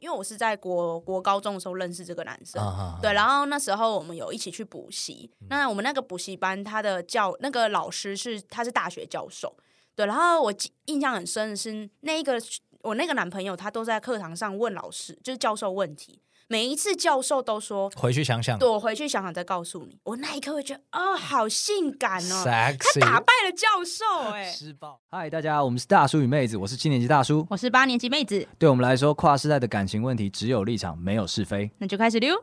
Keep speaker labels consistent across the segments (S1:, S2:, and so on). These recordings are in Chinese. S1: 因为我是在国国高中的时候认识这个男生，
S2: 啊嗯
S1: 对，然后那时候我们有一起去补习，那我们那个补习班他的教那个老师是他是大学教授，对，然后我记印象很深的是那一个我那个男朋友他都在课堂上问老师就是教授问题，每一次教授都说。
S2: 回去想想
S1: 对，我回去想想再告诉你。我那一刻会觉得，哦，好性感哦！他打
S2: ，sexy，
S1: 败了教授、哎，
S2: 施暴。
S3: 嗨，大家，我们是大叔与妹子，我是七年级大叔。
S4: 我是八年级妹子，
S3: 对我们来说，跨世代的感情问题只有立场，没有是非。
S4: 那就开始溜。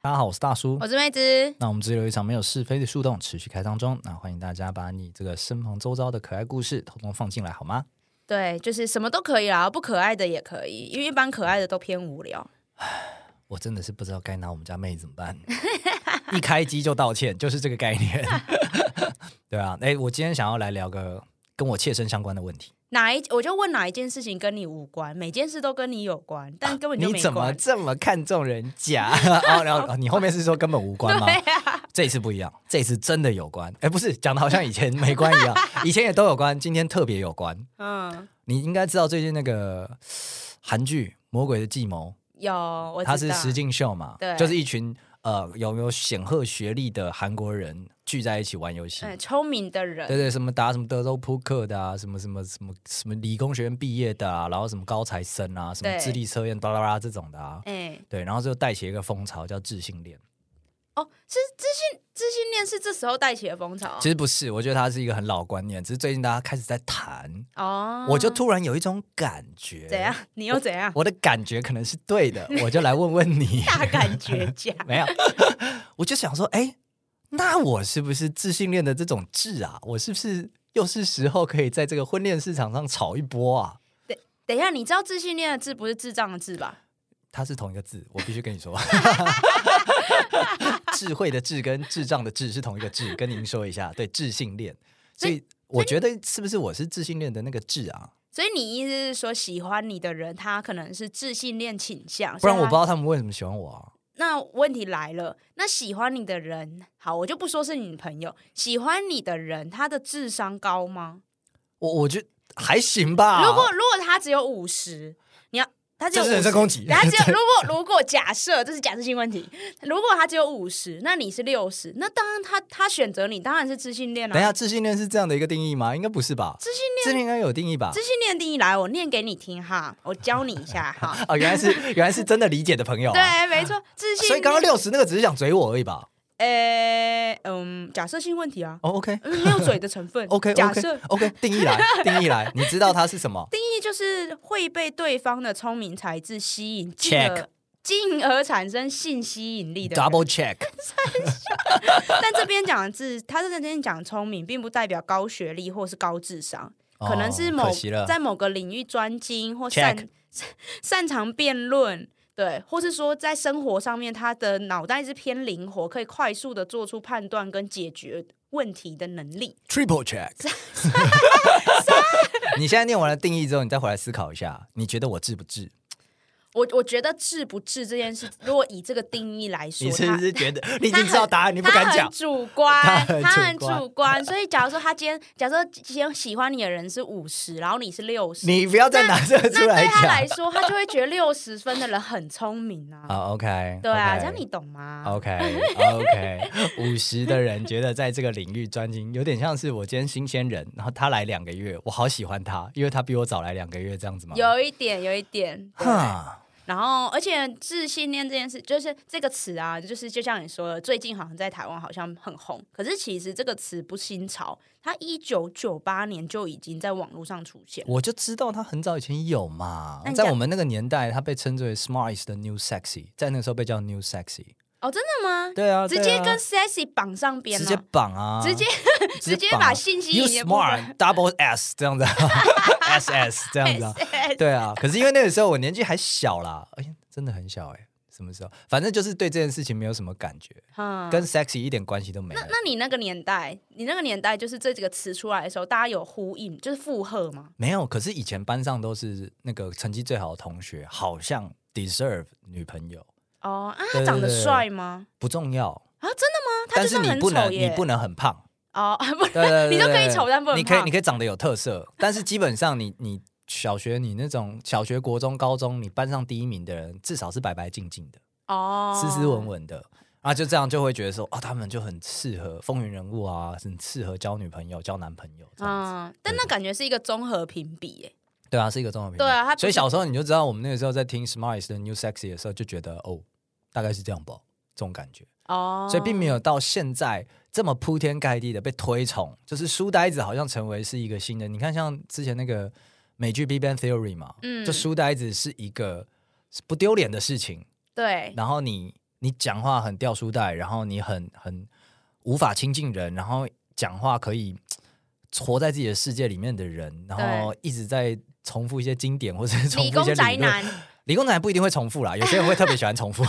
S2: 大家好，我是大叔
S1: 我。是妹子，
S2: 那我们只有一场没有是非的树洞持续开张中，那欢迎大家把你这个身旁周遭的可爱故事统统放进来好吗？
S1: 对，就是什么都可以啦，不可爱的也可以，因为一般可爱的都偏无聊。
S2: 我真的是不知道该拿我们家妹怎 么办，一开机就道歉，就是这个概念。 对啊，哎，我今天想要来聊个跟我切身相关的问题，
S1: 哪一我就问哪一件事情跟你无关，每件事都跟 你有关，但根本就
S2: 啊你
S1: 没
S2: 怎么
S1: 关。
S2: 这么看重人家？ 哦，然后你后面是说根本无 关吗？
S1: 对啊，
S2: 这一次不一样，这一次真的有关。哎，不是讲的好像以前没关 一样，以前也都有关，今天特别有关。
S1: 嗯，
S2: 你应该知道最近那个韩剧《魔鬼的计谋
S1: 有，我》，
S2: 它
S1: 知
S2: 是
S1: 道
S2: 实境秀嘛，
S1: 对
S2: 就是一群呃有有显赫学历的韩国人聚在一起玩游戏。
S1: 嗯，聪明的
S2: 对
S1: 人，
S2: 对，什么打什么德州扑克的啊，什么什么什么什么理工学院毕业的啊，然后什么高材生啊，什么
S1: 对
S2: 智力测验巴拉巴拉这种的啊，
S1: 哎，
S2: 对，然后就带起一个风潮叫智性恋。
S1: 哦，是自信自信恋是这时候带起的风潮
S2: 其实不是，我觉得它是一个很老观念，只是最近大家开始在谈，
S1: 哦，
S2: 我就突然有一种感觉，
S1: 怎样？，你又怎样？
S2: 我的感觉可能是对的，我就来问问你。
S1: 大感觉家，
S2: 没有， 我就想说，哎、那我是不是自信恋的这种痣啊？我是不是又是时候可以在这个婚恋市场上炒一波啊？
S1: 等一下，你知道自信恋的字不是智障的字吧？
S2: 它是同一 个字，我必须跟你说，智慧的智跟智障的智是同一个智，跟您说一下，对，自信恋，所以。我觉得是不是我是自信恋的那个智啊？
S1: 所以你意思是说，喜欢你的人，他可能是自信恋倾向，
S2: 不然
S1: 所
S2: 我
S1: 以
S2: 不
S1: 他
S2: 知道他们为什么喜欢我啊。
S1: 那问题来了，那喜欢你的人，好，我就不说是你朋友，喜欢你的人，他的智商高吗？
S2: 我我觉得还行吧。
S1: 如果如果他只有五十，你要他只有
S2: 啊这是人身
S1: 50
S2: 攻击
S1: 他 只有如果如果假设这是假设性问题，如果他只有五十，那你是六十，那当然他他选择你当然是自信恋啦、啊
S2: 等一下，自信恋是这样的一个定义吗？应该不是吧？
S1: 自信
S2: 自信恋应该有定义吧？
S1: 自信恋定义来，我念给你听哈，我教你一下哈。
S2: 哦，原来是原来是真的理解的朋友、啊。
S1: 对，没错，自信。
S2: 所以刚刚，六十那个只是想嘴我而已吧？
S1: 呃、嗯，假设性问题啊，
S2: 哦，OK
S1: 嗯没有嘴的成分。
S2: OK
S1: 假
S2: OK
S1: 设
S2: OK，定义来定义来，你知道它是 什么？
S1: 定义就是会被对方的聪明才智吸引，进
S2: Check
S1: 而进而产生性吸引力的人。
S2: Double check，
S1: 但这边讲的是，他在这边讲聪明，并不代表高学历或是高智商，可能是
S2: 哦
S1: 某
S2: 可惜了
S1: 在某个领域专精或
S2: Check
S1: 擅擅 擅长辩论。对，或是说在生活上面，他的脑袋是偏灵活，可以快速的做出判断跟解决问题的能力。
S2: triple check。你现在念完了定义之后，你再回来思考一下，你觉得我智不智？
S1: 我我觉得智不智这件事，如果以这个定义来说，
S2: 你是
S1: 他
S2: 不是觉得你已
S1: 他
S2: 经知道
S1: 很
S2: 答案，你不敢
S1: 他
S2: 讲
S1: 很？主观，
S2: 他很
S1: 他很
S2: 主观
S1: 主观。所以，假如说他今天，假如说今天喜欢你的人是五十，然后你是六十，
S2: 你不要再拿这个出
S1: 那对他来
S2: 讲。
S1: 说，他就会觉得六十分的人很聪明啊。
S2: 好，OK，
S1: 对啊，
S2: OK
S1: 这样你懂吗？
S2: OK OK，五 十的人觉得在这个领域专精，有点像是我今天新鲜人，然后他来两个月，我好喜欢他，因为他比我早来两个月，这样子吗？
S1: 有一点，有一点。对
S2: 哈，
S1: 然后，而且自信恋这件事，就是这个词啊，就是就像你说的，最近好像在台湾好像很红，可是其实这个词不新潮，它一九九八年就已经在网络上出现。
S2: 我就知道他很早以前有嘛
S1: 那，你
S2: 在
S1: 讲
S2: 我们那个年代，他被称之为 Smart is the new sexy，在那个时候被叫 new sexy。
S1: 哦，真的吗？
S2: 对啊，
S1: 直
S2: 对
S1: 接
S2: 啊
S1: 跟 sexy 绑上边
S2: 直
S1: 了、
S2: 接绑啊，
S1: 直接直接
S2: 绑啊
S1: 把信息
S2: you
S1: 引的部分
S2: smart double s 这 样子啊，s s 这样子啊。对啊，可是因为那个时候我年纪还小啦，哎、呀，真的很小哎、什么时候？反正就是对这件事情没有什么感觉，
S1: 嗯
S2: 跟 sexy 一点关系都没有。
S1: 那你那个年代，你那个年代就是这几个词出来的时候，大家有呼应，就是附和吗？
S2: 没有，可是以前班上都是那个成绩最好的同学，好像 deserve 女朋友
S1: 哦啊，他
S2: 对对
S1: 长得
S2: 对
S1: 帅吗？
S2: 不重要，
S1: 啊，真的吗？他
S2: 但
S1: 就是
S2: 你
S1: 很
S2: 不能
S1: 丑
S2: 你
S1: 耶。
S2: 不能很胖，
S1: 哦，不
S2: 对对对，
S1: 你就可以
S2: 对
S1: 丑但不能
S2: 你可以
S1: 胖
S2: 你可以长得有特色，但是基本上你你小学你那种小学、国中、高中，你班上第一名的人至少是白白净净的、
S1: 哦，
S2: 斯斯文文的，啊，就这样就会觉得说，哦，他们就很适合风云人物啊，很适合交女朋友、交男朋友这样子。
S1: 嗯，但那感觉是一个综合评比耶。
S2: 对啊，是一个综合评价。
S1: 对啊它不
S2: 所以
S1: 是
S2: 小时候你就知道，我们那个时候在听 Smarties 的 New Sexy 的时候，就觉得哦，大概是这样吧，这种感觉。
S1: 哦，
S2: 所以并没有到现在这么铺天盖地的被推崇，就是书呆子好像成为是一个新的。你看，像之前那个美剧《Big Bang Theory》嘛，
S1: 嗯
S2: 就书呆子是一个不丢脸的事情，
S1: 对，
S2: 然后你你讲话很掉书袋，然后你很很无法亲近人，然后讲话可以嘖活在自己的世界里面的人，然后一直在重复一些经典或者是重复
S1: 理
S2: 一些
S1: 工
S2: 理
S1: 宅
S2: 论
S1: 男，
S2: 理工宅不一定会重复啦，有些人会特别喜欢重复。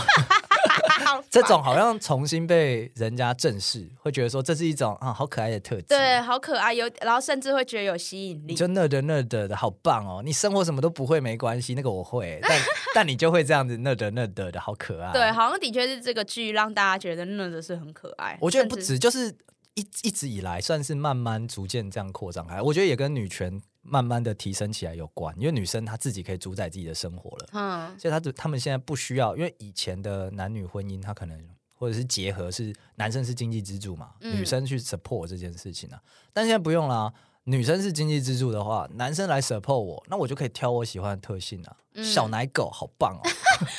S1: 好
S2: 这
S1: 烦
S2: 种好像重新被人家正视，会觉得说这是一种啊好可爱的特质。
S1: 对，好可爱，有然后甚至会觉得有吸引
S2: 你
S1: 力。
S2: 就那的那的的好棒哦！你生活什么都不会没关系，那个我会， 但但你就会这样子那的那的的好可爱。
S1: 对，，好像的确是这个剧让大家觉得那的是很可爱。
S2: 我觉得
S1: 甚
S2: 不
S1: 至
S2: 止，就是一一直以来算是慢慢逐渐这样扩张开来，我觉得也跟女权慢慢的提升起来有关，因为女生她自己可以主宰自己的生活了，
S1: 嗯，
S2: 所以她就她们现在不需要，因为以前的男女婚姻，她可能或者是结合是男生是经济支柱嘛，
S1: 嗯
S2: 女生去 support 这件事情啊，但现在不用啦。女生是经济支柱的话，男生来 support 我，那我就可以挑我喜欢的特性啊。
S1: 嗯
S2: 小奶狗好棒哦，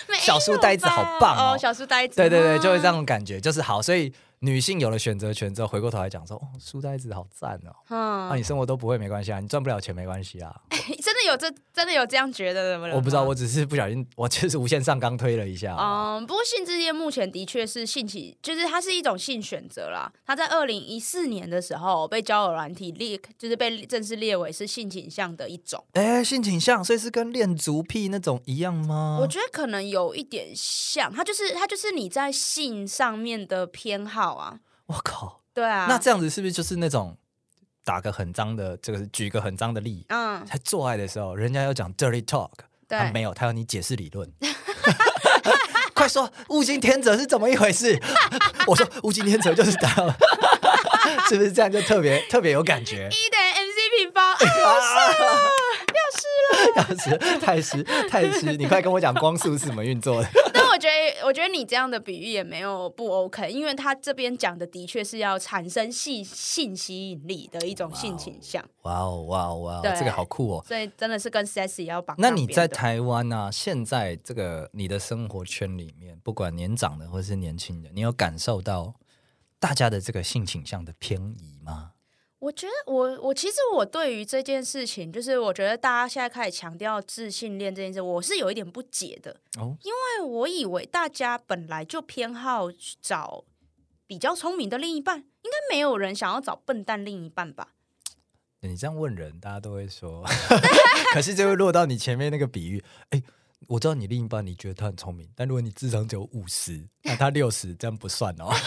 S1: 没
S2: 小树
S1: 有
S2: 呆子
S1: 吧
S2: 好棒哦
S1: 小啊树呆子，
S2: 对对对，就是这
S1: 样。
S2: 样的感觉，就是好。所以女性有了选择权之后，回过头来讲说，哦，书呆子好赞哦，啊，
S1: 嗯
S2: 你，生活都不会没关系啊，你赚不了钱没关系啊。
S1: 真的有这真的有这样觉得的吗？
S2: 我不知道，我只是不小心，我就是无限上纲推了一下。啊
S1: 嗯，不过性之恋目前的确是性起，就是它是一种性选择啦。它在二零一四年的时候被交友软体列，就是被正式列为是性倾向的一种。
S2: 哎、性倾向，所以是跟恋足癖那种一样吗？
S1: 我觉得可能有一点像，它就是它就是你在性上面的偏好啊。
S2: 我靠，
S1: 对啊，
S2: 那这样子是不是就是那种打个很脏的，这个是举个很脏的例，
S1: 嗯，
S2: 在做爱的时候，人家要讲 dirty talk，他
S1: 对，
S2: 没有，他要你解释理论。 快说，物竞天择是怎么一回事？ 我说物竞天择就是这样， 是不是这样就特别特别有感觉？
S1: 一等于 MC 平方，啊
S2: 要湿，太湿，太湿！你快跟我讲光速是怎么运作的？
S1: 但我觉得，我觉得你这样的比喻也没有不 OK，因为他这边讲的的确是要产生性性吸引力的一种性倾向，
S2: 哇哦哇哦哇哦
S1: 对，
S2: 这个好酷哦！
S1: 所以真的是跟 sexy 要绑
S2: 那
S1: 上
S2: 你
S1: 边
S2: 在
S1: 的
S2: 台湾呢、啊？现在这个你的生活圈里面，不管年长的或是年轻人，你有感受到大家的这个性倾向的偏移吗？
S1: 我觉得我我其实我对于这件事情，就是我觉得大家现在开始强调自信恋这件事，我是有一点不解的，
S2: 哦，
S1: 因为我以为大家本来就偏好找比较聪明的另一半，应该没有人想要找笨蛋另一半吧？
S2: 你这样问人，大家都会说， 可是就会落到你前面那个比喻。哎、我知道你另一半，你觉得他很聪明，但如果你智商只有五十，那他六十，这样不算哦。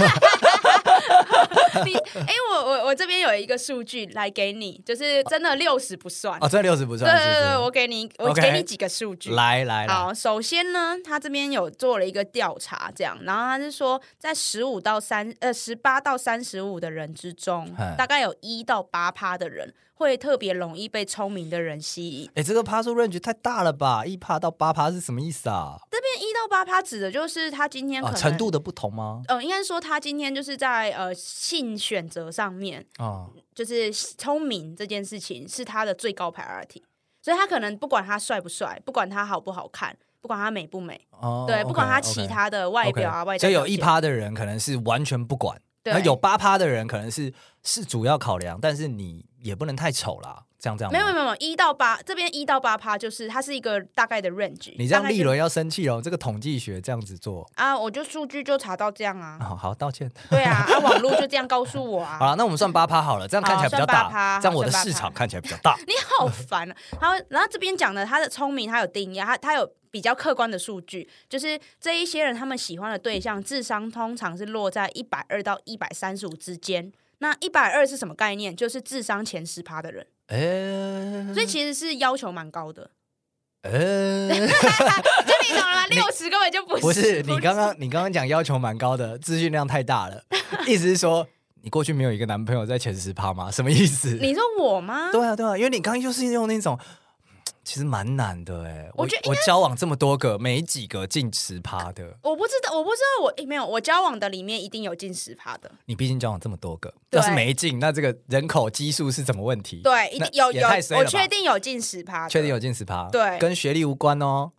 S1: 你哎、我我我这边有一个数据来给你，就是真的六十不算。
S2: 哦，这六十不
S1: 对
S2: 算，
S1: 对
S2: 是不是
S1: 对，对我给你，我
S2: OK
S1: 给你几个数据。
S2: 来来来，
S1: 好，首先呢，他这边有做了一个调查，这样，然后他是说，在十五到三呃十八到三十五的人之中
S2: 嗨，
S1: 大概有一到八趴的人会特别容易被聪明的人吸引。
S2: 哎、这个趴数 range 太大了吧？一趴到八趴是什么意思啊？
S1: 这边一到八趴指的就是他今天可
S2: 啊，
S1: 能、
S2: 程度的不同吗？
S1: 呃，应该说他今天就是在呃性选择上面，
S2: 啊、
S1: 就是聪明这件事情是他的最高 priority，所以他可能不管他帅不帅，不管他好不好看，不管他美不美，
S2: 哦，
S1: 对，不管他
S2: OK，OK
S1: 其他的外表啊、
S2: OK，
S1: 外在
S2: 所以有
S1: 条
S2: 一
S1: 件，
S2: 趴的人可能是完全不管，那
S1: 对，
S2: 有八趴的人可能是是主要考量，但是你也不能太丑啦，这样这样
S1: 没有没
S2: 吗
S1: 有没有一到八这边一到八趴就是它是一个大概的 range，
S2: 你这样
S1: 大概就
S2: 立伦要生气哦，这个统计学这样子做，
S1: 啊，我就数据就查到这样啊，
S2: 哦、好道歉。
S1: 对 啊，啊网络就这样告诉我
S2: 好
S1: 啊。
S2: 了，那我们算八趴好了，这样看起来比较
S1: 好算八
S2: 大，
S1: 趴
S2: 这样我的
S1: 好算
S2: 市
S1: 八趴
S2: 场看起来比较大。
S1: 你好烦啊！然后，然后这边讲的他的聪明，他有定义，他他有比较客观的数据，就是这一些人他们喜欢的对象智商通常是落在一百二到一百三十五之间。那一百二是什么概念？就是智商前十趴的人，
S2: 哎、
S1: 所以其实是要求蛮高 的。
S2: 哎、
S1: 就你懂了吗？六十根本就不是
S2: 不是你刚刚你刚刚讲要求蛮高的，资讯量太大了，意思是说你过去没有一个男朋友在前十趴吗？什么意思？
S1: 你说我吗？
S2: 对啊，对啊，因为你刚刚就是用那种，其实蛮难的哎、我
S1: 我觉得
S2: 我交往这么多个，没几个进十趴的。
S1: 我不知道，我不知道我，诶没有，我交往的里面一定有近十趴的，
S2: 你毕竟交往这么多个，
S1: 对
S2: 要是没进，那这个人口基数是怎么问题？，
S1: 对，一定有
S2: 也
S1: 有
S2: 太，衰
S1: 我
S2: 了吧
S1: 确定有近十趴，
S2: 确定有进十趴，
S1: 对
S2: 跟学历无关哦。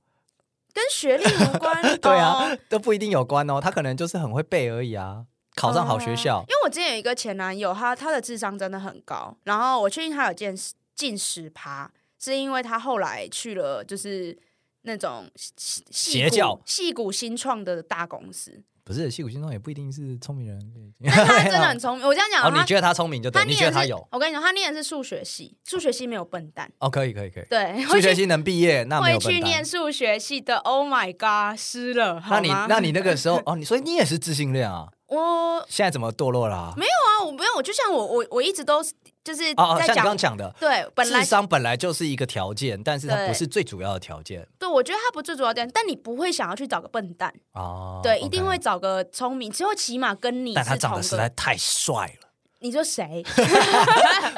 S1: 跟学历无关，
S2: 对
S1: 哦
S2: 啊，都不一定有关哦，他可能就是很会背而已啊，考上好学校
S1: 因。为我之前有一个前男友，他他的智商真的很高，然后我确定他有近近十趴，是因为他后来去了就是那种戏戏
S2: 邪
S1: 骨
S2: 教
S1: 戏骨新创的大公 司，
S2: 不是，戏骨心中也不一定是聪明人。
S1: 但他真的很聪明。我这样讲
S2: 哦，
S1: 的话，
S2: 你觉得他聪明就对，
S1: 他
S2: 你
S1: 念
S2: 觉
S1: 的
S2: 得他
S1: 是
S2: 有？
S1: 我跟你讲，他念的是数学系，数学系没有笨蛋，
S2: 哦，可以，可以，可以。
S1: 对，
S2: 数
S1: 会
S2: 学
S1: 去
S2: 系能毕业，那没
S1: 会
S2: 有笨
S1: 去
S2: 蛋
S1: 念。数学系的。Oh my god，湿了，好
S2: 那你
S1: 吗？
S2: 那你那个时候哦，你所以你也是自信恋啊？
S1: 我
S2: 现在怎么堕落啦、
S1: 没啊，我没有，我就像我我我一直都是就是
S2: 哦，哦
S1: 在
S2: 像你刚
S1: 讲
S2: 刚。讲的，
S1: 对，本来
S2: 智商本来就是一个条件，但是它
S1: 对
S2: 不是最主要的条件
S1: 对，我觉得他不最主要点，但你不会想要去找个笨蛋，
S2: 哦。
S1: 对，
S2: OK
S1: 一定会。找个聪明，只有起码跟你
S2: 但他
S1: 是
S2: 长
S1: 同
S2: 得实
S1: 个。
S2: 在太帅 了，
S1: 你说 谁？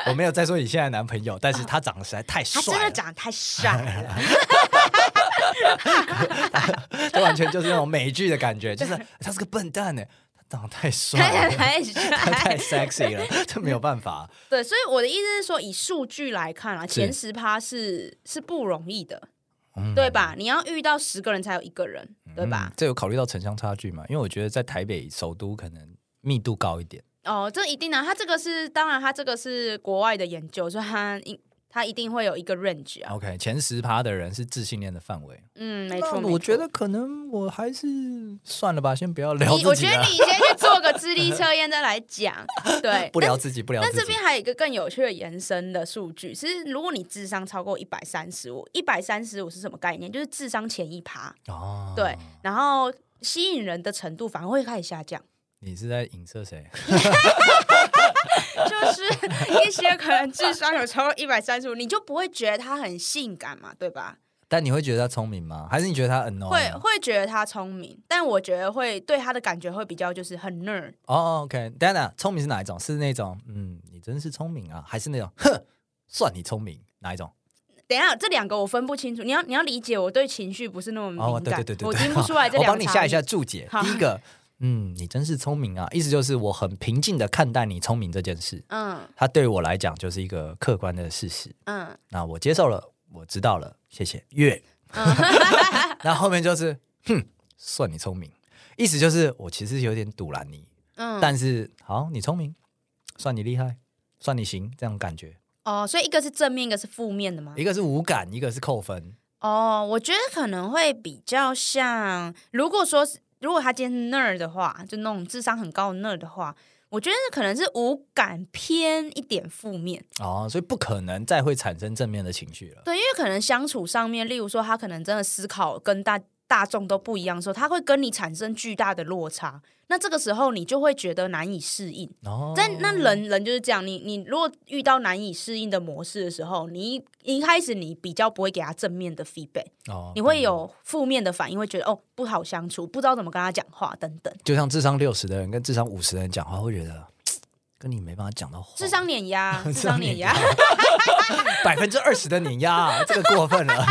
S2: 我没有在说你现在的男朋友，但是他长得实在太
S1: 他
S2: 帅
S1: 真
S2: 了
S1: 的，长得太帅了，
S2: 这完全就是那种美剧的 感觉，就是哎他是个笨蛋呢，他长得太 帅
S1: 太
S2: 了，
S1: 太
S2: 他太
S1: 帅。
S2: sexy 了，这没有办法。
S1: 对，所以我的意思是说，以数据来看啊，前十趴是是不容易的，
S2: 嗯
S1: 对吧？你要遇到十个人才有一个人，对吧
S2: 嗯？这有考虑到城乡差距嘛？因为我觉得在台北首都可能密度高一点，
S1: 哦，这一定啊，他这个是当然，他这个是国外的研究，所以他一他一定会有一个 range 啊。
S2: OK，前十趴的人是自信恋的范围。
S1: 嗯，没
S2: 那
S1: 错，
S2: 我
S1: 没错
S2: 觉得可能我还是算了吧，先不要聊
S1: 你，我
S2: 自
S1: 觉
S2: 己
S1: 得
S2: 了
S1: 你，先去做个智力测验再来讲。对，
S2: 不聊自己，不聊
S1: 但
S2: 自
S1: 这
S2: 己
S1: 边。还有一个更有趣的延伸的数据，是如果你智商超过一百三十五，一百三十五是什么概念？就是智商前一趴，
S2: 哦，
S1: 对，，然后吸引人的程度反而会开始下降，
S2: 你是在影射谁？
S1: 就是一些可能智商有超过一百三十五，你就不会觉得他很性感嘛，对吧？
S2: 但你会觉得他聪明吗？还是你觉得他 annoying？哦
S1: 会会觉得他聪明，但我觉得会对他的感觉会比较就是很 nerd，
S2: 哦，OK，等等，聪明是哪一种？是那种嗯，你真是聪明啊，还是那种哼，算你聪明哪一种？
S1: 等一下，这两个我分不清楚，你要你要理解我对情绪不是那么
S2: 哦，
S1: 嗯敏
S2: 对
S1: 感，
S2: 对对对，
S1: 我
S2: 对
S1: 听不出来这
S2: 我
S1: 两
S2: 帮
S1: 个
S2: 你
S1: 差
S2: 下一
S1: 异
S2: 下注解。
S1: 好
S2: 第一个，嗯，你真是聪明啊，意思就是我很平静的看待你聪明这件事，
S1: 嗯
S2: 它对我来讲就是一个客观的事实。
S1: 嗯
S2: 那我接受了，我知道了，谢谢。月，
S1: 嗯
S2: 然后后面就是，哼，算你聪明，意思就是我其实有点堵拦你，
S1: 嗯，
S2: 但是好，你聪明，算你厉害，算你行，这种感觉。
S1: 哦，所以一个是正面，一个是负面的吗？
S2: 一个是无感，一个是扣分。
S1: 哦，我觉得可能会比较像，如果说是如果他今天是 nerd 的话，就那种智商很高的 nerd 的话，我觉得可能是无感偏一点负面。
S2: 哦，所以不可能再会产生正面的情绪了。
S1: 对，因为可能相处上面，例如说他可能真的思考跟大大众都不一样的时候，他会跟你产生巨大的落差。那这个时候你就会觉得难以适应。
S2: 哦，
S1: 但那人人就是这样，你你如果遇到难以适应的模式的时候，你一一开始你比较不会给他正面的 feedback，
S2: 哦
S1: 你会
S2: 懂
S1: 有负面的反应，会觉得哦不好相处，不知道怎么跟他讲话等等，
S2: 就像智商六十的人跟智商五十的人讲话，会觉得跟你没办法讲到话。
S1: 智商碾压，智
S2: 智
S1: 商
S2: 商
S1: 碾
S2: 碾
S1: 压
S2: 压，百分之二十的碾压、这个过 分了。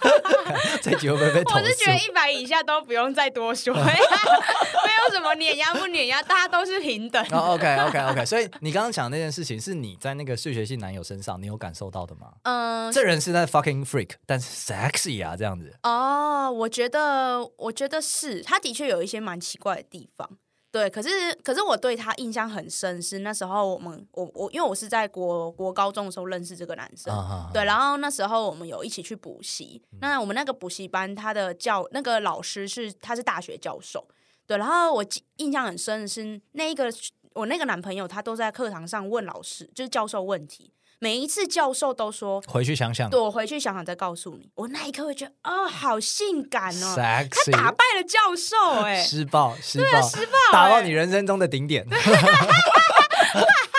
S2: 这集会不会被投
S1: 我是觉得
S2: 诉？啊
S1: 一百以下都不用再多 说，没有什么碾压不碾压，大家都是平等。
S2: 哦、o k OK OK，所以你刚刚讲的那件事情，是你在那个数学系男友身上，你有感受到的吗？
S1: 嗯，
S2: 这人是在 fucking freak，但是 sexy 啊，这样子。
S1: 哦，我觉得，我觉得是，他的确有一些蛮奇怪的地方。对，可是可是我对他印象很深，是那时候我们我我因为我是在国国高中的时候认识这个男生，
S2: 啊
S1: 对，然后那时候我们有一起去补习，那我们那个补习班他的教那个老师是他是大学教授，对，然后我记印象很深的是那一个我那个男朋友他都在课堂上问老师就是教授问题，每一次教授都说
S2: 回去想想
S1: 对我回去想想再告诉你，我那一刻会觉得哦，好性感哦，他打
S2: ，sexy，
S1: 败了教授 哎、
S2: 施暴，施
S1: 啊
S2: 暴，施暴，打
S1: 欸
S2: 到你人生中的顶 点。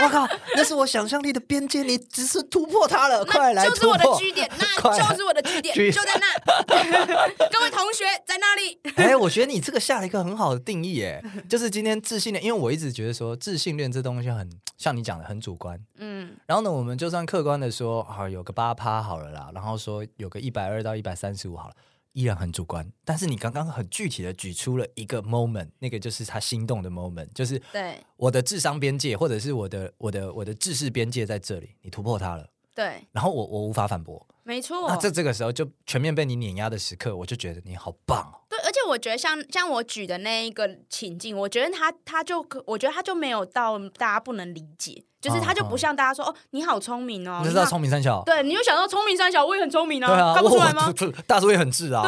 S2: 我靠，那是我想象力的边界，你只是突破它了，快来
S1: 那就是
S2: 突
S1: 我的
S2: 破！
S1: 据点，
S2: 快
S1: 那
S2: 来
S1: 就是我的据点，
S2: 据
S1: 就在那， 各位同学在那里？
S2: 哎、我觉得你这个下了一个很好的定义，哎，就是今天自信恋，因为我一直觉得说自信恋这东西很像你讲的很主观，
S1: 嗯，
S2: 然后呢，我们就算客观的说，啊，有个八趴好了啦，然后说有个一百二到一百三十五好了，依然很主观。但是你刚刚很具体的举出了一个 moment，那个就是他心动的 moment，就是
S1: 对
S2: 我的智商边界，或者是我的我的我的知识边界在这里，你突破它了，
S1: 对，
S2: 然后我我无法反驳，
S1: 没错
S2: 那。啊这这个时候就全面被你碾压的时刻，我就觉得你好棒、哦，
S1: 对，而且我觉得像像我举的那一个情境，我觉得他他就可，我觉得他就没有到大家不能理解，就是他就
S2: 哦哦
S1: 不像大家说哦，你好聪明哦，
S2: 你
S1: 你
S2: 知道
S1: 好
S2: 聪明三小。
S1: 对，你就想到聪明三小，我也很聪明
S2: 对啊，
S1: 看不出来吗
S2: 我？我大叔也很智啊，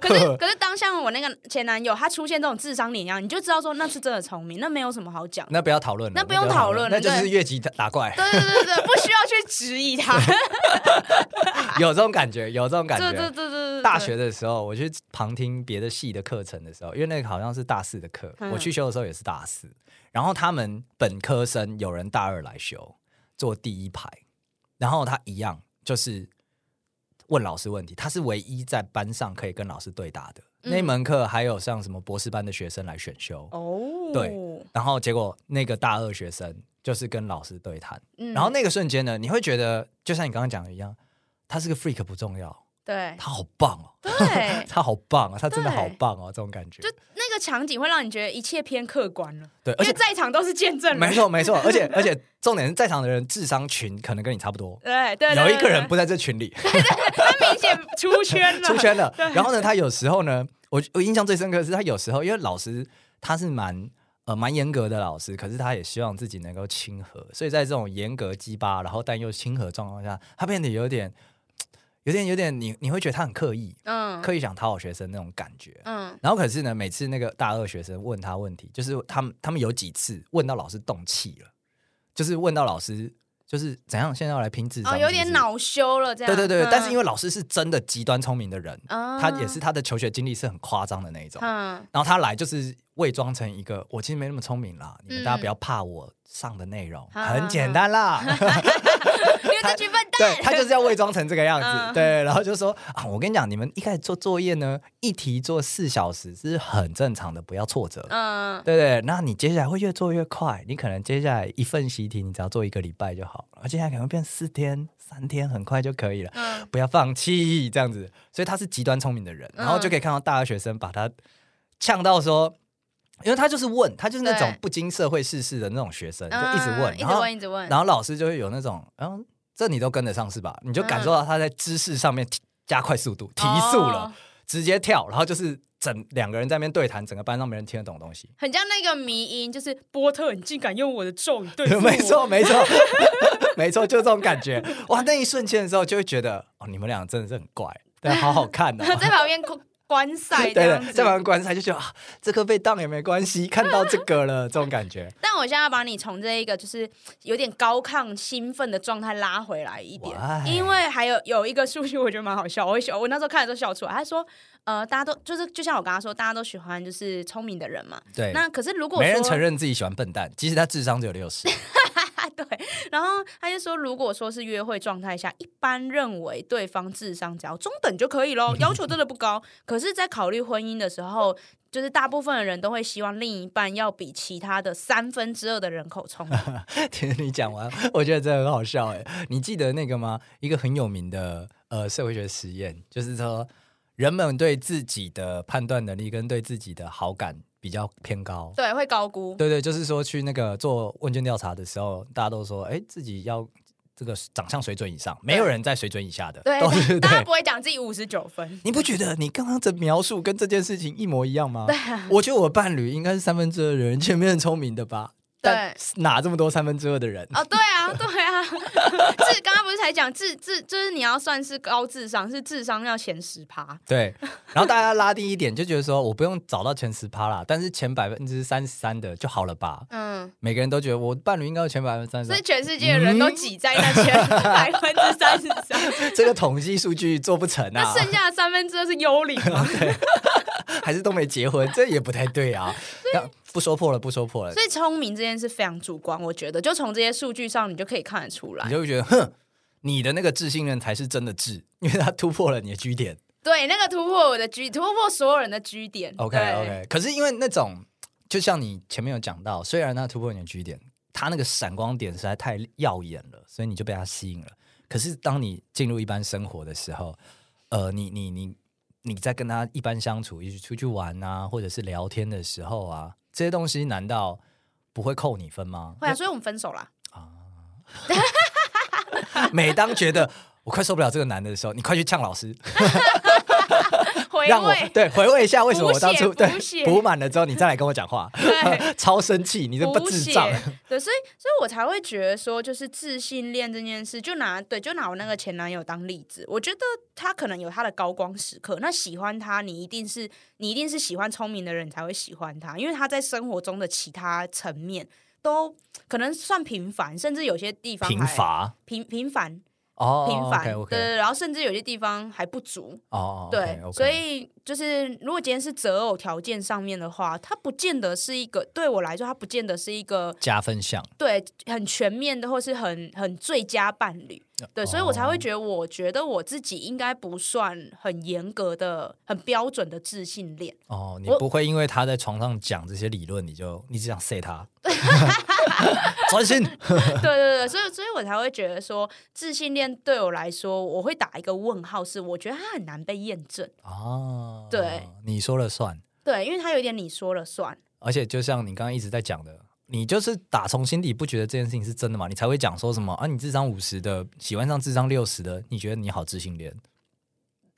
S1: 可 是可是当像我那个前男友，他出现这种智商碾压，你就知道说那是真的聪明，那没有什么好讲。
S2: 那不要讨论了，
S1: 那不用讨论
S2: 那就是
S1: 对
S2: 越级打打怪，
S1: 对对对对，对不需要去质疑他。
S2: 有这种感觉，有这种 感
S1: 对对对。
S2: 觉
S1: 对对，
S2: 大学的时候，我去旁听别的系的课程的时候，因为那个好像是大四的课，
S1: 嗯
S2: 我去修的时候也是大四。然后他们本科生有人大二来修，坐第一排，然后他一样就是问老师问题，他是唯一在班上可以跟老师对答的。
S1: 嗯
S2: 那一门课还有像什么博士班的学生来选修，
S1: 哦，
S2: 对然后结果那个大二学生就是跟老师对谈，
S1: 嗯
S2: 然后那个瞬间呢，你会觉得就像你刚刚讲的一样，他是个 freak 不重要，
S1: 对
S2: 他好棒哦，，
S1: 对
S2: 他好棒啊，他真的
S1: 对
S2: 好棒哦，这种感觉
S1: 就。那个场景会让你觉得一切偏客观了，
S2: 对，而
S1: 因为
S2: 且
S1: 在场都是见证
S2: 没
S1: 人。
S2: 错没错，而且而且重点是在场的人智商群可能跟你差不多，
S1: 对对，对
S2: 有一个人，
S1: 对
S2: 不在这群里
S1: 他明显 出圈了，
S2: 出圈了。
S1: 对
S2: 然后呢，他有时候呢，我我印象最深刻的是他有时候因为老师他是蛮。呃，蛮严格的老师，可是他也希望自己能够亲和，所以在这种严格鸡巴，然后但又亲和状况下，他变得有点，有点，有点，你你会觉得他很刻意，
S1: 嗯
S2: 刻意想讨好学生那种感觉。
S1: 嗯
S2: 然后可是呢，每次那个大二学生问他问题，就是他们他们有几次问到老师动气了，就是问到老师就是怎样，现在要来拼智商，
S1: 哦，有点。恼羞了这样。嗯
S2: 对对对，但是因
S1: 为
S2: 为老师是真的极端聪明的人，他也是他的求学经历是很夸张的那一种。
S1: 嗯
S2: 然后他来就是伪装成一个我其实没那么聪明啦，你们大家不要怕我上的内容、
S1: 嗯
S2: 很简单 啦。
S1: 因为这群笨蛋，
S2: 对他就是要伪装成这个样子，
S1: 嗯
S2: 对，然后就说啊，我跟你讲，你们一开始做作业呢，一题做四小时是很正常的，不要挫折，
S1: 嗯，
S2: 对对。那你接下来会越做越快，你可能接下来一份习题你只要做一个礼拜就好了，而接下来可能会变四天、三天，很快就可以了，
S1: 嗯
S2: 不要放弃这样子。所以他是极端聪明的人，
S1: 嗯
S2: 然后就可以看到大二学生把他呛到说。因为他就是问，他就是那种
S1: 对
S2: 不经社会世事的那种学生，就
S1: 嗯
S2: 一直问，
S1: 一直
S2: 然后
S1: 问，一直问，
S2: 然后老师就会有那种，嗯，这你都跟得上是吧？你就感受到他在知识上面提加快速度、提速了，
S1: 哦
S2: 直接跳，然后就是整两个人在那边对谈，整个班上没人听得懂的东西。
S1: 很像那个迷音，就是波特，你竟敢用我的咒语对 付我，
S2: 没错，没错，没错，就这种感觉。哇，那一瞬间的时候，就会觉得哦，你们俩真的是很怪，但好好看哦。
S1: 在旁边观观赛
S2: 对
S1: 这样
S2: 对，
S1: 子。
S2: 在旁边观察就觉得啊，这颗被当也没关系，看到这个了，这种感觉。
S1: 但我现在要把你从这一个就是有点高亢兴奋的状态拉回来一点
S2: Why？
S1: 因为还有有一个数据我觉得蛮好笑，我会笑，我那时候看的时候笑出来。他说，呃，大家都就是就像我刚刚说，大家都喜欢就是聪明的人嘛。
S2: 对，
S1: 那可是如果
S2: 没人
S1: 说
S2: 承认自己喜欢笨蛋，即使他智商只有六 十。
S1: 啊，对。然后他就说，如果说是约会状态下，一般认为对方智商只要中等就可以咯，要求真的不高。可是，在考虑婚姻的时候，就是大部分的人都会希望另一半要比其他的三分之二的人口聪明。
S2: 听你讲完，我觉得真的很好笑哎。你记得那个吗？一个很有名的呃社会学实验，就是说人们对自己的判断能力跟对自己的好感比较偏高。
S1: 对，会高估。
S2: 对对，就是说去那个做问卷调查的时候，大家都说哎自己要这个长相水准以上，没有人在水准以下的，
S1: 对，
S2: 都是
S1: 大大家
S2: 对。
S1: 不会讲自己五十九 分。
S2: 你不觉得你刚刚的描述跟这件事情一模一样吗？对、我觉得我伴侣应该是三分之二的人前面聪明的吧？
S1: 对
S2: 但哪这么多三分之二的人？
S1: 哦，对啊，对啊，智刚刚不是才讲智智，就是你要算是高智商，是智商要前十趴。
S2: 对，然后大家拉低一点，就觉得说我不用找到前十趴啦，但是前百分之三十三的就好了吧？
S1: 嗯，
S2: 每个人都觉得我伴侣应该有前百分之三十
S1: 所以
S2: 三，
S1: 全世界的人都挤在那 前百分之三十三，
S2: 这个统计数据做不成啊
S1: 那，剩下的三分之二是幽灵 嘛？
S2: 还是都没结婚，这也不太对啊。那不说破了，不说破了，
S1: 所以聪明这件事非常主观，我觉得，就从这些数据上你就可以看得出来
S2: 你。就会觉得哼，你的那个自信任才是真的智，因为他突破了你的居点。
S1: 对，那个突破我的居，突破所有人的居点。
S2: OK
S1: 对
S2: OK，可是因为那种，就像你前面有讲到，虽然他突破你的据点，他那个闪光点实在太耀眼了，所以你就被他吸引了。可是当你进入一般生活的时候，呃，你你你你在跟他一般相处，一起出去玩啊，或者是聊天的时候啊，这些东西难道不会扣你分吗？
S1: 会啊，所以我们分手啦。
S2: 每当觉得我快受不了这个男的的时候，你快去呛老师，
S1: 回
S2: 让我
S1: 味，
S2: 对回味一下为什么我当初
S1: 补血补
S2: 对
S1: 血
S2: 补满了之后，你再来跟我讲话，
S1: 对
S2: 超生气，你这不
S1: 补
S2: 智
S1: 血
S2: 障。
S1: 对，所以所以我才会觉得说，就是自信恋这件事，就拿对，就拿我那个前男友当例子，我觉得他可能有他的高光时刻。那喜欢他，你一定是你一定是喜欢聪明的人，你才会喜欢他，因为他在生活中的其他层面都可能算平凡，甚至有些地方
S2: 贫
S1: 还
S2: 乏
S1: 平平凡
S2: 哦，
S1: 平凡，
S2: OK
S1: 对
S2: OK，
S1: 对，然后甚至有些地方还不足。
S2: 哦，
S1: 对
S2: o k
S1: 所以就是如果今天是择偶条件上面的话，它不见得是一个对我来说，它不见得是一个
S2: 加分项
S1: 对很全面的，或是很很最佳伴侣。对，所以我才会觉得，我觉得我自己应该不算很严格的、很标准的自信恋。
S2: 哦，你
S1: 我
S2: 不会因为他在床上讲这些理论，你就你只想 say 他，专心
S1: 对对对，所以所以我才会觉得说，自信恋对我来说，我会打一个问号，是我觉得它很难被验证。
S2: 哦，
S1: 对，
S2: 你说了算，
S1: 对，因为它有一点你说了算。
S2: 而且就像你刚刚一直在讲的。你就是打从心底不觉得这件事情是真的嘛，你才会讲说什么啊？你智商五十的喜欢上智商六十的，你觉得你好自信恋？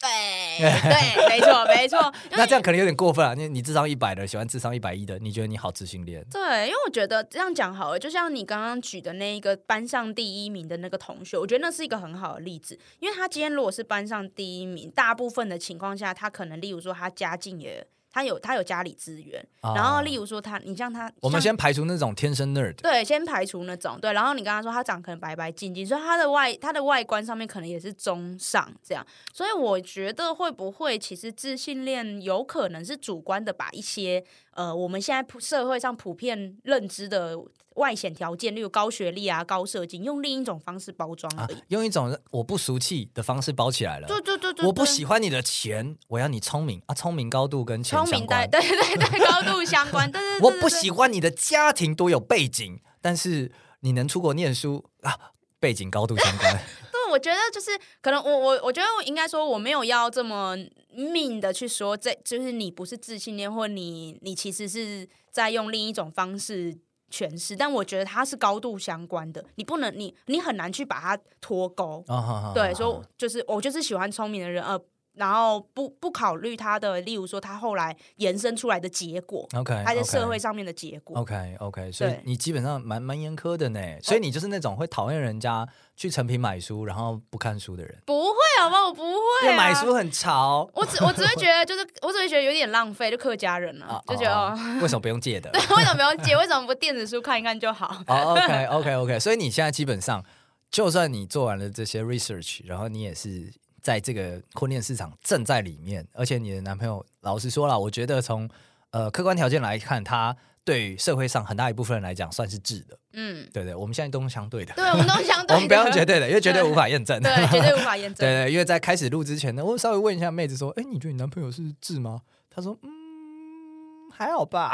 S1: 对 对，没错没错。因为
S2: 那这样可能有点过分啊！你你智商一百的喜欢智商一百一的，你觉得你好自信恋？
S1: 对，因为我觉得这样讲好了，就像你刚刚举的那一个班上第一名的那个同学，我觉得那是一个很好的例子，因为他今天如果是班上第一名，大部分的情况下，他可能例如说他家境也。他有他有家里资源，
S2: 啊
S1: 然后例如说他，你像他，
S2: 我们
S1: 像
S2: 先排除那种天生 nerd，
S1: 对先排除那种对，然后你刚刚说他长可能白白净净，所以他的外他的外观上面可能也是中上这样，所以我觉得会不会其实自信恋有可能是主观的把一些呃我们现在普社会上普遍认知的外显条件，例如高学历啊、高社经，用另一种方式包装
S2: 啊
S1: 而已。，
S2: 用一种我不俗气的方式包起来了。
S1: 对对对对，
S2: 我不
S1: 对
S2: 喜欢你的钱，我要你聪明啊！聪明高度跟钱
S1: 聪
S2: 相
S1: 明
S2: 关
S1: 对。对对对高度相关，对对对
S2: 我
S1: 对
S2: 不
S1: 对
S2: 喜欢你的家庭多有背景，但是你能出国念书啊，背景高度相关。
S1: 对，我觉得就是可能我我我觉得我应该说我没有要这么命的去说，这就是你不是自信恋，或你你其实是在用另一种方式诠释，但我觉得它是高度相关的，你不能你你很难去把它脱钩。
S2: 啊哈哈
S1: 对，
S2: 哈
S1: 所以我就是我就是喜欢聪明的人，呃，然后不不考虑他的，例如说他后来延伸出来的结果，
S2: 哎 OK，哦
S1: 他在社会上面的结果。
S2: OK OK，所以
S1: 对
S2: 你基本上蛮蛮严苛的呢。所以你就是那种会讨厌人家去成品买书，然后不看书的人，
S1: 不会好吗？我不
S2: 因
S1: 会、啊。
S2: 为买书很潮
S1: 我只我只会觉得，就是我只会觉得有点浪费，就客家人了、
S2: 啊，
S1: 就觉得
S2: 哦
S1: 哦，
S2: 为什么不用借 的？
S1: 为什么没有借？为什么不电子书看一看就好？
S2: 哦、o k OK OK，所以你现在基本上，就算你做完了这些 research，然后你也是在这个婚恋市场正在里面，而且你的男朋友，老实说了，我觉得从呃客观条件来看，他对于社会上很大一部分人来讲算是智的，
S1: 嗯，
S2: 对不对，我们现在都是相对的，
S1: 对，我们都是相对的，
S2: 我们不要用绝对的，因为绝对无法验证。
S1: 对，绝对无法验证。
S2: 对对，因为在开始录之前呢，我稍微问一下妹子说：“哎，你觉得你男朋友是智吗？”她说：“嗯，还好吧。”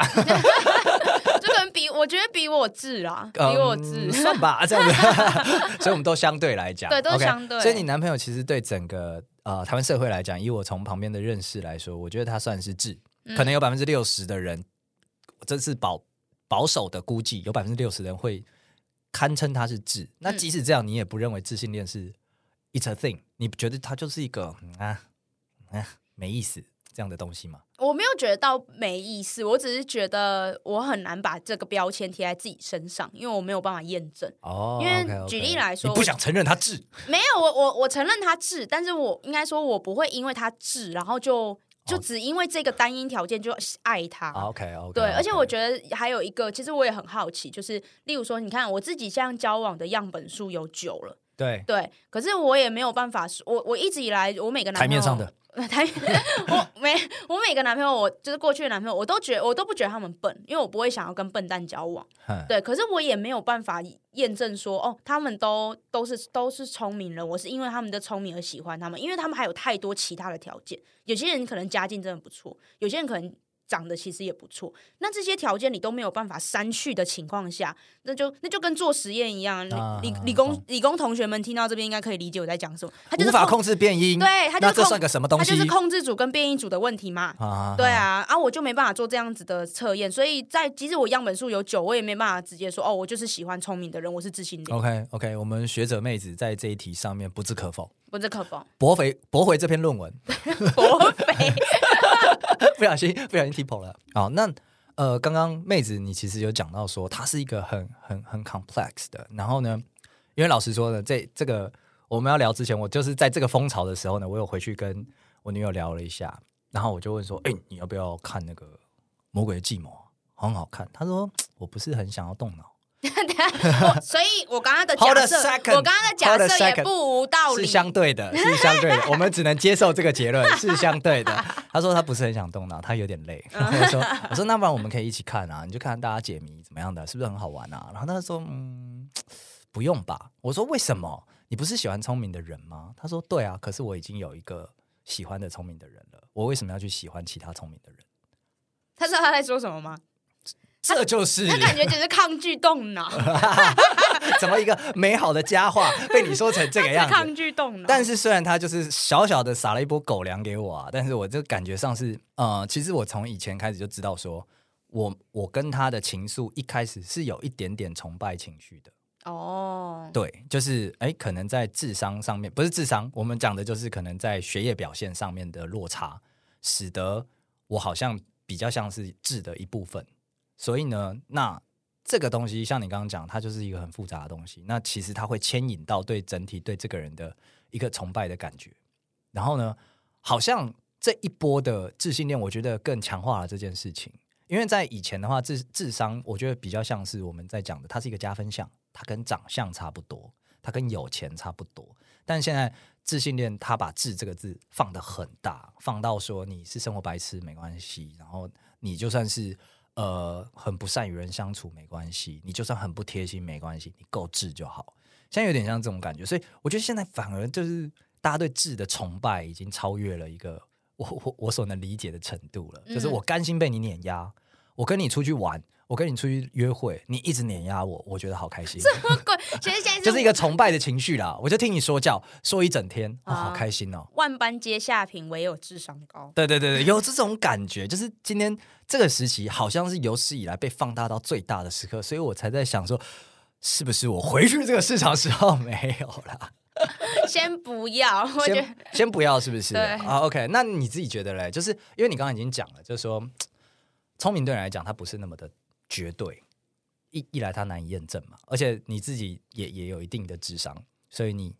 S1: 就可能比我觉得比我智啦，比
S2: 嗯
S1: 我智。
S2: 算吧，啊 这样子。 所以我们都相对来讲，
S1: 对都
S2: OK
S1: 相对
S2: 所以你男朋友其实对整个呃台湾社会来讲，以我从旁边的认识来说，我觉得他算是智，
S1: 嗯
S2: 可能有百分之六十的人，这是保保守的估计，有百分之六十人会堪称他是智。那
S1: 嗯
S2: 即使这样，你也不认为自信恋是 it's a thing，你觉得它就是一个嗯啊啊没意思这样的东西吗？
S1: 我没有觉得到没意思，我只是觉得我很难把这个标签贴在自己身上，因为我没有办法验证。
S2: 哦，
S1: 因为
S2: OK，OK
S1: 举例来说
S2: 你不
S1: 我
S2: 想承认他智
S1: 没有，我我我承认他智，但是我应该说我不会因为他智，然后就
S2: 哦
S1: 就只因为这个单一条件就爱他。
S2: ，OK OK，
S1: 对，而且我觉得还有一个，其实我也很好奇，就是例如说，你看我自己这样交往的样本数有九了，
S2: 对，
S1: 对，可是我也没有办法说，我我一直以来，我每个男
S2: 台
S1: 朋友
S2: 面上的，
S1: 台面我每我每个男朋友，我就是过去的男朋友，我都觉我都不觉得他们笨，因为我不会想要跟笨蛋交往。
S2: 哼
S1: 对，可是我也没有办法验证说，哦，他们都都是都是聪明人，我是因为他们的聪明而喜欢他们，因为他们还有太多其他的条件。有些人可能家境真的不错，有些人可能长得其实也不错。那这些条件你都没有办法删去的情况下，那就那就跟做实验一样。
S2: 啊
S1: 理理
S2: 懂
S1: 理工理工同学们听到这边应该可以理解我在讲什么，他就是
S2: 无法
S1: 控，
S2: 控制变音，
S1: 对他就
S2: 那
S1: 是
S2: 这
S1: 控
S2: 算个什么
S1: 他
S2: 东西？
S1: 就是控制组跟变异组的问题嘛。
S2: 啊
S1: 对，啊，啊，我就没办法做这样子的测验，所以在即使我样本数有九，我也没办法直接说哦，我就是喜欢聪明的人，我是自信的，
S2: OK OK，我们学者妹子在这一题上面不置可否，
S1: 不是可否？
S2: 驳回驳回这篇论文，
S1: 博肥，
S2: 不小心不小心 typo 了。好，那呃，刚刚妹子你其实有讲到说，它是一个很很很 complex 的。然后呢，因为老实说呢，这这个我们要聊之前，我就是在这个风潮的时候呢，我有回去跟我女友聊了一下，然后我就问说，哎、你要不要看那个《魔鬼的计谋》？很好看。她说我不是很想要动脑，
S1: 我所以我刚刚的
S2: Hold a
S1: 呃假设
S2: second，，
S1: 我刚刚的假
S2: hold a
S1: 设
S2: second
S1: 也不无道
S2: 是
S1: 理。
S2: 相 对的，是相对的，我们只能接受这个结论，是相对的。 他说他不是很想动脑，他有点 累。然后我说我说那不然我们可以一起看啊，你就看大家解谜怎么样的，是不是很好玩啊？然后他说嗯，不用吧。我说为什么？你不是喜欢聪明的人吗？他说对啊，可是我已经有一个喜欢的聪明的人了，我为什么要去喜欢其他聪明的人？
S1: 他知道他在说什么吗？
S2: 这就是
S1: 他感觉只是抗拒动 脑，
S2: 怎么一个美好的佳话被你说成这个
S1: 是
S2: 样子？
S1: 抗拒动脑。
S2: 但是虽然他就是小小的撒了一波狗粮给我啊，但是我就感觉上是，呃，其实我从以前开始就知道说，我我跟他的情愫一开始是有一点点崇拜情绪的，
S1: 哦，
S2: 对，就是哎，可能在智商上面不是智商，我们讲的就是可能在学业表现上面的落差，使得我好像比较像是智的一部分，所以呢，那。这个东西像你刚刚讲，它就是一个很复杂的东西。那其实它会牵引到对整体对这个人的一个崇拜的感觉。然后呢，好像这一波的自信恋，我觉得更强化了这件事情。因为在以前的话，智智商我觉得比较像是我们在讲的，它是一个加分项，它跟长相差不多，它跟有钱差不多。但现在自信恋，它把“智”这个字放得很大，放到说你是生活白痴没关系，然后你就算是呃很不善与人相处没关系，你就算很不贴心没关系，你够智就好。现在有点像这种感觉，所以我觉得现在反而就是大家对智的崇拜已经超越了一个我我我所能理解的程度了，就是
S1: 嗯
S2: 我甘心被你碾压，我跟你出去玩，我跟你出去约会，你一直碾压我，我觉得好开心。
S1: 不过其实现在是
S2: 就是一个崇拜的情绪啦，我就听你说教，说一整天，哦、
S1: 啊
S2: 好开心哦。
S1: 万般皆下品，唯有智商高。
S2: 对对对对，有这种感觉，就是今天这个时期好像是有史以来被放大到最大的时刻，所以我才在想说，是不是我回去这个市场时候没有啦？
S1: 先不要，我觉得
S2: 先先不要，是不是？
S1: 对
S2: 啊，OK，那你自己觉得嘞？就是因为你刚刚已经讲了，就是说嗯聪明对你来讲，它不是那么的绝对，一一来它难以验证嘛，而且你自己也也有一定的智商，所以你。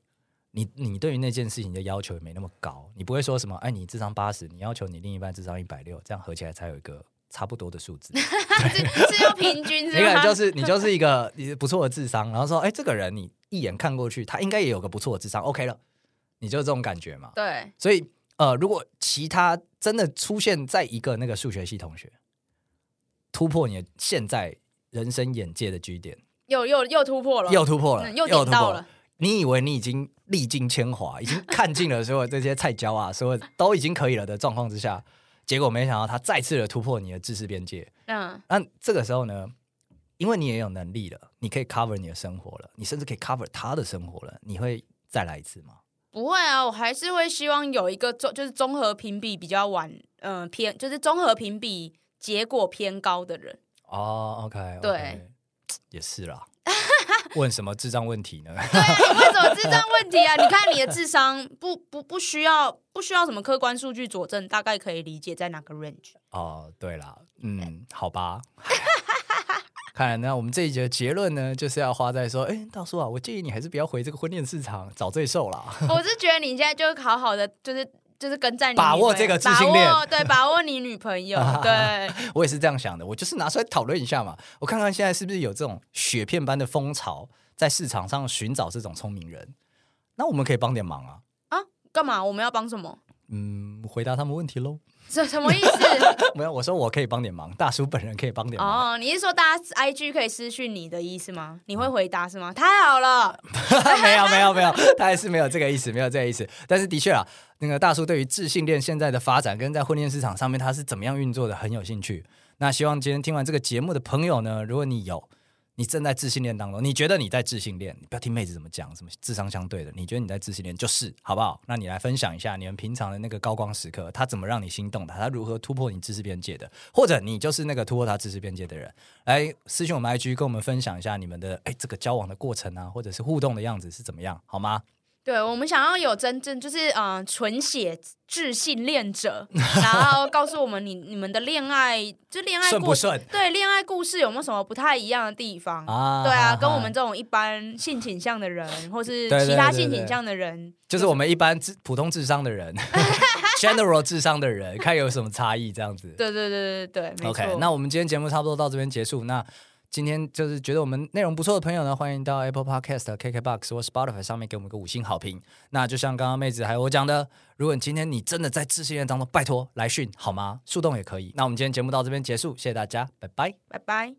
S2: 你你对于那件事情的要求也没那么高，你不会说什么，哎，你智商八十，你要求你另一半智商一百六，这样合起来才有一个差不多的数 字。
S1: 是是要平均
S2: 你可
S1: 是
S2: 能
S1: 吗？
S2: 就是你就是一个你不错的智商，然后说，哎，这个人你一眼看过去，他应该也有个不错的智商，OK 了，你就这种感觉嘛。
S1: 对，
S2: 所以呃，如果其他真的出现在一个那个数学系同学，突破你的现在人生眼界的局点，
S1: 又又又突破了，
S2: 又突破了，
S1: 嗯又
S2: 又突
S1: 点到
S2: 破
S1: 了。。
S2: 你以为你已经历尽铅华，已经看尽了所有这些菜椒啊，所有都已经可以了的状况之下，结果没想到他再次的突破你的知识边界，
S1: 嗯，
S2: 那这个时候呢，因为你也有能力了，你可以 cover 你的生活了，你甚至可以 cover 他的生活了，你会再来一次吗？
S1: 不会啊，我还是会希望有一个综，就是综合评比比较晚，嗯、偏就是综合评比结果偏高的人。
S2: 哦，OK，
S1: 对，
S2: 也是啦。 问什么智障问题呢？
S1: 对啊，你为什么智障问题啊？你看你的智商不不不需要不需要什么客观数据佐证，大概可以理解在哪个 range。
S2: 哦，对啦，嗯，好吧。 看来呢，我们这一节的结论呢，就是要花在说，哎，大叔啊，我建议你还是不要回这个婚恋市场，找罪受啦。
S1: 我是觉得你现在就好好的，就是就是跟在你
S2: 把
S1: 女朋
S2: 握
S1: 友
S2: 这个自
S1: 把
S2: 信恋
S1: 握对，把握你女朋友对。
S2: 我也是这样想的，我就是拿出来讨论一下嘛，我看看现在是不是有这种雪片般的风潮在市场上寻找这种聪明人。那我们可以帮点忙啊。
S1: 干嘛？我们要帮什么？
S2: 嗯，回答他们问题喽。
S1: 什什么意思？
S2: 没有，我说我可以帮点忙，大叔本人可以帮点忙。
S1: 哦，你是说大家 I G 可以私讯你的意思吗？你会回答是吗？太好了，
S2: 没有没有没有，他还是没有这个意思，没有这个意思。但是的确啊，那个大叔对于智性恋现在的发展跟在婚恋市场上面它是怎么样运作的很有兴趣。那希望今天听完这个节目的朋友呢，如果你有你正在自信恋当中，你觉得你在自信恋，你不要听妹子怎么讲，什么智商相对的，你觉得你在自信恋就是好不好？那你来分享一下你们平常的那个高光时刻，他怎么让你心动的，他如何突破你知识边界的，或者你就是那个突破他知识边界的人，来私信我们 IG，跟我们分享一下你们的哎这个交往的过程啊，或者是互动的样子是怎么样，好吗？
S1: 对我们想要有真正就是嗯、呃纯血智性恋者，然后告诉我们你你们的恋爱就恋爱
S2: 顺
S1: 故
S2: 不
S1: 事，
S2: 顺
S1: 对恋爱故事有没有什么不太一样的地方？
S2: 啊
S1: 对啊，跟我们这种一般性倾向的人，或是
S2: 对对
S1: 其他
S2: 对
S1: 性
S2: 对
S1: 倾向的人，
S2: 就是我们一般智普通智商的人 ，general 智商的人，看有什么差异这样子。
S1: 对对对对对对，没错。
S2: OK，那我们今天节目差不多到这边结束。那今天就是觉得我们内容不错的朋友呢，欢迎到 Apple Podcast、KKBox 或 Spotify 上面给我们一个五星好评。那就像刚刚妹子还有我讲的，如果你今天你真的在自信恋当中，拜托来讯好吗？树洞也可以。那我们今天节目到这边结束，谢谢大家，拜拜。
S1: 拜拜。